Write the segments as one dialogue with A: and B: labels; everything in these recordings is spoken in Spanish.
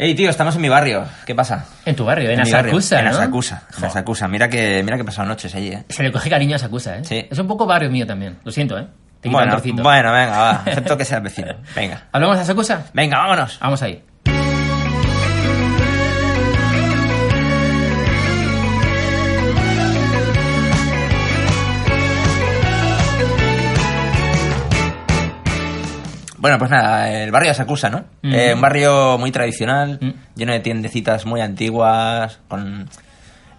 A: Ey, tío, estamos en mi barrio. ¿Qué pasa?
B: En tu barrio, en,
A: mi barrio,
B: Asakusa,
A: En
B: ¿no?
A: Asakusa. en Asakusa. Mira que, mira que he pasado noches allí, ¿eh?
B: Se le coge cariño a Asakusa, ¿eh?
A: Sí.
B: Es un poco barrio mío también. Lo siento, ¿eh? Te quito un
A: Bueno,
B: trocito.
A: bueno, venga, va. Acepto que seas vecino. Venga.
B: ¿Hablamos de Asakusa?
A: Venga, vámonos.
B: Vamos ahí.
A: Bueno, pues nada, el barrio de Asakusa, ¿no?
B: Mm.
A: Eh, un barrio muy tradicional,
B: Mm.
A: lleno de tiendecitas muy antiguas, con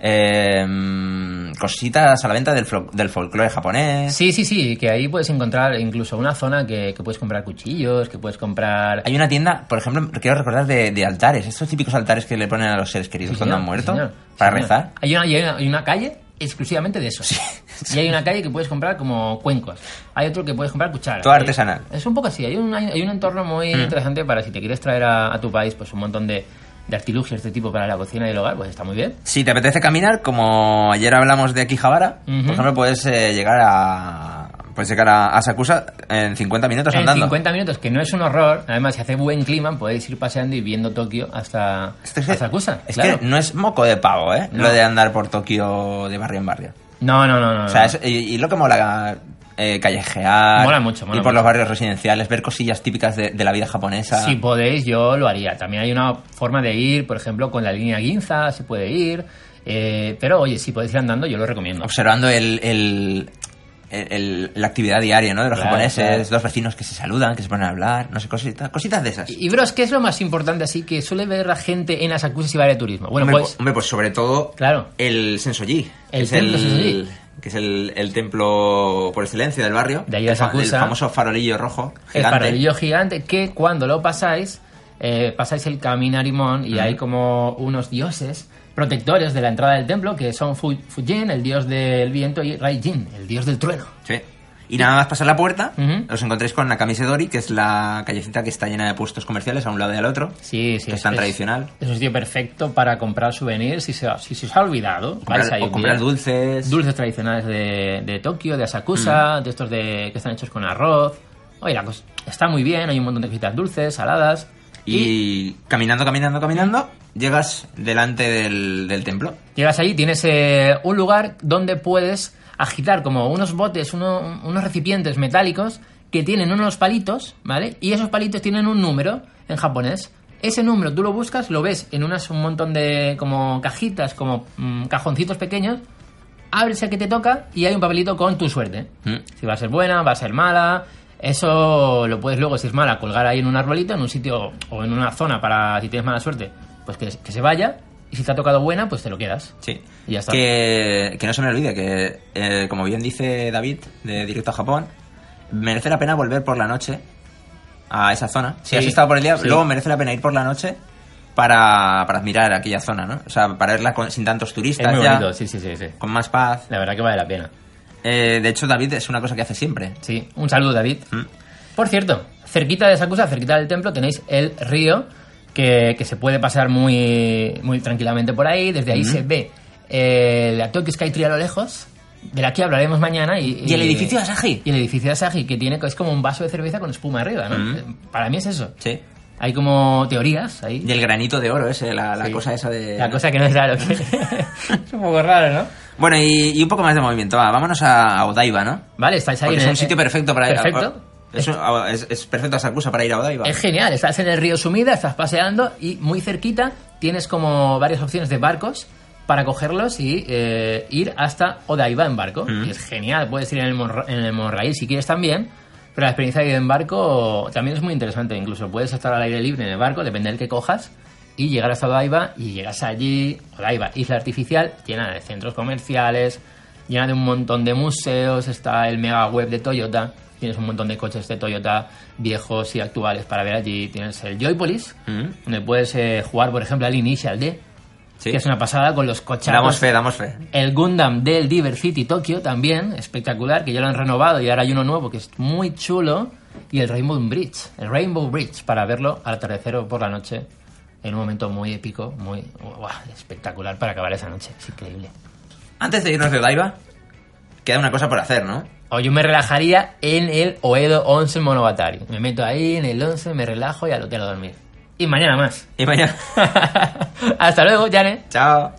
A: eh, mm, cositas a la venta del, fol- del folclore japonés.
B: Sí, sí, sí, que ahí puedes encontrar incluso una zona que, que puedes comprar cuchillos, que puedes comprar...
A: Hay una tienda, por ejemplo, quiero recordar de, de altares, estos típicos altares que le ponen a los seres queridos
B: Sí,
A: cuando
B: señor,
A: han muerto,
B: sí, señor.
A: para
B: Sí, señor.
A: rezar.
B: Hay una, hay una- hay una calle exclusivamente de eso. Y hay una calle que puedes comprar como cuencos. Hay otro que puedes comprar cucharas.
A: Todo
B: Hay-
A: artesanal. Mm.
B: Es un poco así. Hay un, hay un entorno muy interesante para si te quieres traer a, a tu país pues un montón de, de artilugios de este tipo para la cocina y el hogar, pues está muy bien.
A: Si te apetece caminar, como ayer hablamos de Akihabara,
B: Ujú.
A: por ejemplo, puedes eh, llegar a puedes llegar a Asakusa en 50 minutos
B: En
A: andando.
B: 50 minutos, que no es un horror. Además, si hace buen clima, podéis ir paseando y viendo Tokio hasta
A: Esto es que-
B: Asakusa.
A: es
B: claro.
A: que no es moco de pavo, ¿eh?
B: No.
A: Lo de andar por Tokio de barrio en barrio.
B: no, no, no, no,
A: O sea,
B: no.
A: es- y, y lo que mola eh, callejear,
B: Ah. Mola mucho, mola
A: ir por los
B: mucho.
A: barrios residenciales, ver cosillas típicas de, de la vida japonesa.
B: Si podéis, yo lo haría. También hay una forma de ir, por ejemplo, con la línea Ginza, se puede ir. Eh, pero oye, si podéis ir andando, yo lo recomiendo.
A: observando el, el- el- el- la actividad diaria ¿no? de los
B: Claro,
A: japoneses,
B: claro.
A: los vecinos que se saludan, que se ponen a hablar, no sé, cositas, cositas de esas.
B: Y, y, bros, ¿qué es lo más importante así que suele ver la gente en Asakusa si va de turismo? Bueno,
A: hombre,
B: pues
A: po- hombre, pues sobre todo
B: Claro.
A: el Sensoji, que
B: El
A: es
B: templo
A: el,
B: Sensoji.
A: que es el, el templo por excelencia del barrio,
B: De ahí de
A: el, fa- el
B: Asakusa.
A: famoso farolillo rojo,
B: el
A: gigante.
B: farolillo gigante que cuando lo pasáis, eh, pasáis el Kaminarimon y hay como unos dioses protectores de la entrada del templo que son Fu- Fujin, el dios del viento, y Raijin, el dios del trueno.
A: Sí. Y nada más pasar la puerta,
B: Ujú.
A: os encontréis con Nakamisedori, que es la callecita que está llena de puestos comerciales a un lado y al otro.
B: Sí, sí.
A: Que es tan tradicional.
B: Es un sitio perfecto para comprar souvenirs si se, si se os ha olvidado. vais
A: Comprar,
B: ahí
A: o
B: un
A: comprar
B: día.
A: dulces.
B: Dulces tradicionales de, de Tokio, de Asakusa, de estos de, que están hechos con arroz. Oye, la cosa está muy bien, hay un montón de cositas dulces, saladas.
A: Y caminando, caminando, caminando, llegas delante del, del templo.
B: Llegas allí, tienes eh, un lugar donde puedes agitar como unos botes, uno- unos recipientes metálicos que tienen unos palitos, ¿vale? Y esos palitos tienen un número en japonés. Ese número tú lo buscas, lo ves en unas, un montón de como cajitas, como mm, cajoncitos pequeños, abres el que te toca y hay un papelito con tu suerte.
A: Mm.
B: Si va a ser buena, va a ser mala. Eso lo puedes luego, si es mala, colgar ahí en un arbolito, en un sitio o en una zona para, si tienes mala suerte, pues que, que se vaya. Y si te ha tocado buena, pues te lo quedas.
A: Sí.
B: Y ya está.
A: Que, que no se me olvide que, eh, como bien dice David, de Directo a Japón, merece la pena volver por la noche a esa zona. Si
B: Sí,
A: has estado por el día,
B: sí.
A: luego merece la pena ir por la noche para, para admirar aquella zona, ¿no? O sea, para verla con- sin tantos
B: Es
A: turistas
B: muy
A: ya,
B: bonito, sí, sí, sí, sí.
A: con más paz.
B: La verdad que vale la pena.
A: Eh, de hecho, David es una cosa que hace siempre.
B: Sí, un saludo, David.
A: Mm.
B: Por cierto, cerquita de Sakusa, cerquita del templo, tenéis el río que, que se puede pasar muy, muy tranquilamente por ahí. Desde
A: Mm.
B: ahí se ve eh, la Tokyo Sky Tree a lo lejos, de la que hablaremos mañana. Y,
A: ¿Y el edificio de Asahi?
B: Y el edificio de Asahi, que tiene, es como un vaso de cerveza con espuma arriba, ¿no?
A: Mm.
B: Para mí es eso.
A: Sí.
B: Hay como teorías ahí.
A: Y el granito de oro ese, la, la
B: Sí.
A: cosa esa de...
B: La cosa que no es raro. que- es un poco raro, ¿no?
A: Bueno, y, y un poco más de movimiento. va, vámonos a, a Odaiba, ¿no?
B: Vale, estáis ahí.
A: Porque
B: en
A: es
B: el-
A: un sitio perfecto para ir
B: Eh, Perfecto.
A: a- Es, un- es, es perfecto Asakusa para ir a Odaiba.
B: Es genial, estás en el río Sumida, estás paseando y muy cerquita tienes como varias opciones de barcos para cogerlos y eh, ir hasta Odaiba en barco.
A: Mm.
B: Y es genial, puedes ir en el, Monra- en el Monrail si quieres también, pero la experiencia de ir en barco también es muy interesante. Incluso puedes estar al aire libre en el barco, depende del que cojas, y llegar hasta Odaiba y llegas allí, Odaiba, isla artificial, llena de centros comerciales, llena de un montón de museos, está el mega web de Toyota. Tienes un montón de coches de Toyota viejos y actuales para ver allí. Tienes el Joypolis,
A: Mm.
B: donde puedes eh, jugar, por ejemplo, al Initial D,
A: Sí.
B: que es una pasada con los coches.
A: Damos fe, damos fe.
B: El Gundam del Diversity Tokyo también, espectacular, que ya lo han renovado y ahora hay uno nuevo que es muy chulo. Y el Rainbow Bridge, el Rainbow Bridge, para verlo al atardecer o por la noche, en un momento muy épico, muy ¡buah! espectacular para acabar esa noche, es increíble.
A: Antes de irnos de Odaiba, queda una cosa por hacer, ¿no?
B: O yo me relajaría en el Oedo 11 Monogatari. Me meto ahí en el 11, me relajo y al hotel a dormir. Y mañana más.
A: Y mañana.
B: Hasta luego, Jane.
A: Chao.